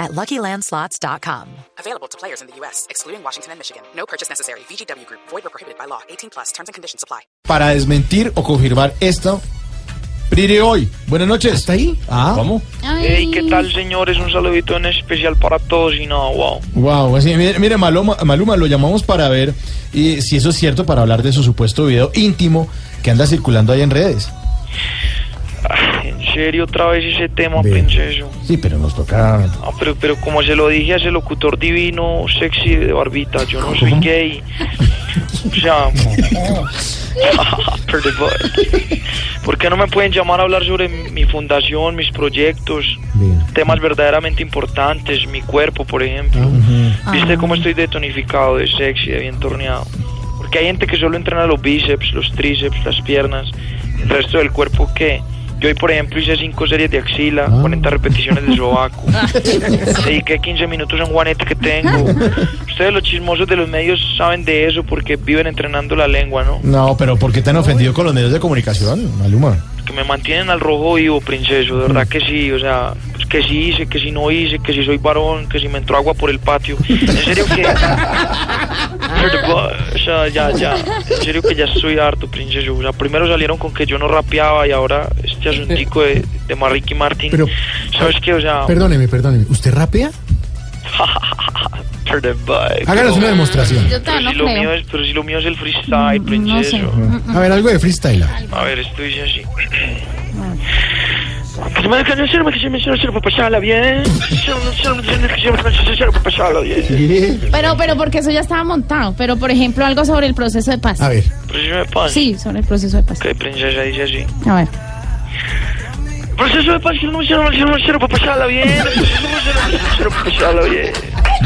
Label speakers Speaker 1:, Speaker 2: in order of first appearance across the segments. Speaker 1: at luckylandslots.com.
Speaker 2: Available to players in the U.S., excluding Washington and Michigan. No purchase necessary. VGW Group, void or prohibited by law. 18 plus terms and conditions apply.
Speaker 3: para desmentir o confirmar esto. Prire hoy. Buenas noches. ¿Está ahí? Ah.
Speaker 4: ¿Cómo?
Speaker 5: Hey, ¿qué tal, señores? Un saludito en especial para todos y no, wow.
Speaker 3: Wow. Así, mire, mire, Maloma- Maluma, lo llamamos para ver eh, si eso es cierto, para hablar de su supuesto video íntimo que anda circulando ahí en redes.
Speaker 5: En serio, otra vez ese tema,
Speaker 3: Ve.
Speaker 5: pensé eso.
Speaker 3: Sí, pero nos toca.
Speaker 5: Ah, pero, pero como se lo dije a ese locutor divino, sexy de barbita, yo no soy gay. O sea, perdón. ¿Por qué no me pueden llamar a hablar sobre mi fundación, mis proyectos,
Speaker 3: Bien.
Speaker 5: temas verdaderamente importantes, mi cuerpo, por ejemplo? ¿Viste cómo estoy detonificado, de sexy, de bien torneado? Porque hay gente que solo entrena los bíceps, los tríceps, las piernas, el resto del cuerpo que... Yo hoy, por ejemplo, hice cinco series de axila, 40 repeticiones de sobaco. Dediqué 15 minutos en Juanete que tengo. Ustedes, los chismosos de los medios, saben de eso porque viven entrenando la lengua, ¿no?
Speaker 3: No, pero ¿por qué tan ofendido con los medios de comunicación, Maluma?
Speaker 5: Que me mantienen al rojo vivo, princeso. De verdad que sí, o sea, pues que sí hice, que si no hice, que si soy varón, que si me entró agua por el patio. En serio que. O sea, ya, ya. En serio que ya estoy harto, princeso. O sea, primero salieron con que yo no rapeaba y ahora este asuntico de, de Marricky Martin.
Speaker 6: Pero-
Speaker 5: ¿Sabes qué? O sea.
Speaker 6: Perdóneme, perdóneme. ¿Usted rapea?
Speaker 5: Pero,
Speaker 6: Háganos una demostración.
Speaker 7: Yo ta-
Speaker 5: Pero
Speaker 7: no
Speaker 5: si, Pues, lo mío
Speaker 7: creo. Mm,
Speaker 5: es, pero si lo mío es el freestyle,
Speaker 7: No
Speaker 5: princeso.
Speaker 7: sé.
Speaker 6: A ver, algo de freestyle.
Speaker 5: A ver, esto dice así. Que se me dejan hacer, que se me dejan hacer para pasarla bien. Que se me dejan hacer, que se me dejan hacer para pasarla bien.
Speaker 7: Pero, pero porque eso ya estaba montado. Pero, por ejemplo, algo sobre el proceso de paz.
Speaker 6: A
Speaker 3: Ah.
Speaker 6: ver.
Speaker 5: Pero si me pasa.
Speaker 7: Sí, sobre el proceso de paz.
Speaker 5: Ok, princesa, dice así.
Speaker 7: A ver.
Speaker 5: Proceso de paz, que no me hicieron, no me hicieron para pasarla bien. Proceso de paz, que no me hicieron para pasarla bien.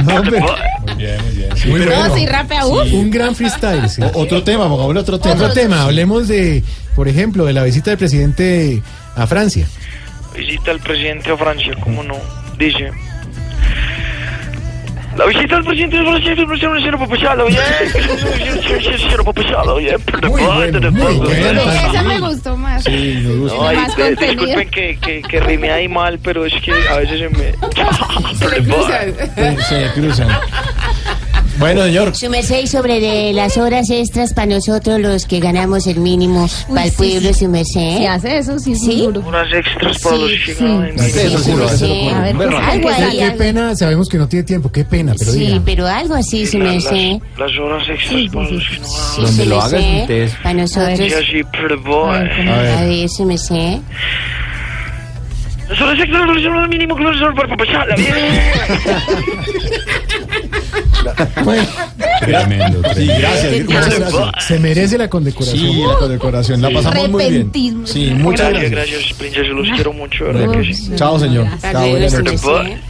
Speaker 6: No, pero- Muy
Speaker 7: No,
Speaker 6: bueno.
Speaker 7: sí, rapea. Uf.
Speaker 6: Un gran freestyle. sí.
Speaker 3: O- otro tema, pongámosle otro tema.
Speaker 6: Otro tema, hablemos de, por ejemplo, de la visita del presidente a Francia.
Speaker 5: Visita al presidente a Francia, ¿cómo no? Dice. La visita al presidente de Francia que no me hicieron para pasarla bien. Que no me hicieron para pasarla bien. Pero
Speaker 6: Muy bueno,
Speaker 5: de
Speaker 6: muy
Speaker 5: paz,
Speaker 6: bueno.
Speaker 5: de paz.
Speaker 7: Ese me gustó más.
Speaker 3: Sí, me gusta.
Speaker 5: Ay,
Speaker 7: Más
Speaker 5: te-
Speaker 7: contenido.
Speaker 5: disculpen que, que, que rimé ahí mal, pero es que a veces se me...
Speaker 3: Se- Se cruzan. Bueno, señor.
Speaker 8: Súmese y sobre de las horas extras para nosotros los que ganamos el mínimo
Speaker 7: Uy,
Speaker 8: para el
Speaker 7: sí,
Speaker 8: pueblo,
Speaker 7: sí.
Speaker 8: súmese.
Speaker 7: Si hace eso, sí, es muy
Speaker 8: ¿Sí?
Speaker 7: duro.
Speaker 5: Unas extras para
Speaker 7: Sí,
Speaker 5: los
Speaker 7: sí,
Speaker 5: chinos.
Speaker 8: sí,
Speaker 3: Eso sí lo hace,
Speaker 8: súmese.
Speaker 3: lo ocurre.
Speaker 7: A ver,
Speaker 3: Berro.
Speaker 7: pues,
Speaker 8: Algo
Speaker 7: ¿qué
Speaker 6: Qué,
Speaker 8: ahí,
Speaker 6: qué
Speaker 8: algo.
Speaker 6: pena, sabemos que no tiene tiempo, qué pena, pero
Speaker 8: Sí,
Speaker 6: diga.
Speaker 8: pero algo así,
Speaker 5: Las,
Speaker 8: súmese.
Speaker 5: las horas extras para los chinos.
Speaker 8: Sí,
Speaker 9: Donde lo hagas,
Speaker 8: súmese.
Speaker 9: ustedes-
Speaker 8: Para nosotros.
Speaker 5: Y así, pero boy.
Speaker 3: A
Speaker 8: A
Speaker 3: ver.
Speaker 8: ver, súmese.
Speaker 5: Las horas extras para los chinos, lo mínimo que los horas para pasarla bien.
Speaker 9: Tremendo,
Speaker 3: Sí,
Speaker 9: tremendo.
Speaker 3: gracias. Muchas gracias.
Speaker 6: Se merece la condecoración.
Speaker 3: Sí, la condecoración. La pasamos muy bien.
Speaker 7: Repentismo.
Speaker 3: Sí, muchas
Speaker 5: Gracias,
Speaker 3: gracias.
Speaker 5: gracias, princesa, los quiero mucho, um de ¿verdad que sí?
Speaker 3: Chao, señor.
Speaker 8: Hasta luego,
Speaker 3: buenas noches.
Speaker 8: súmese.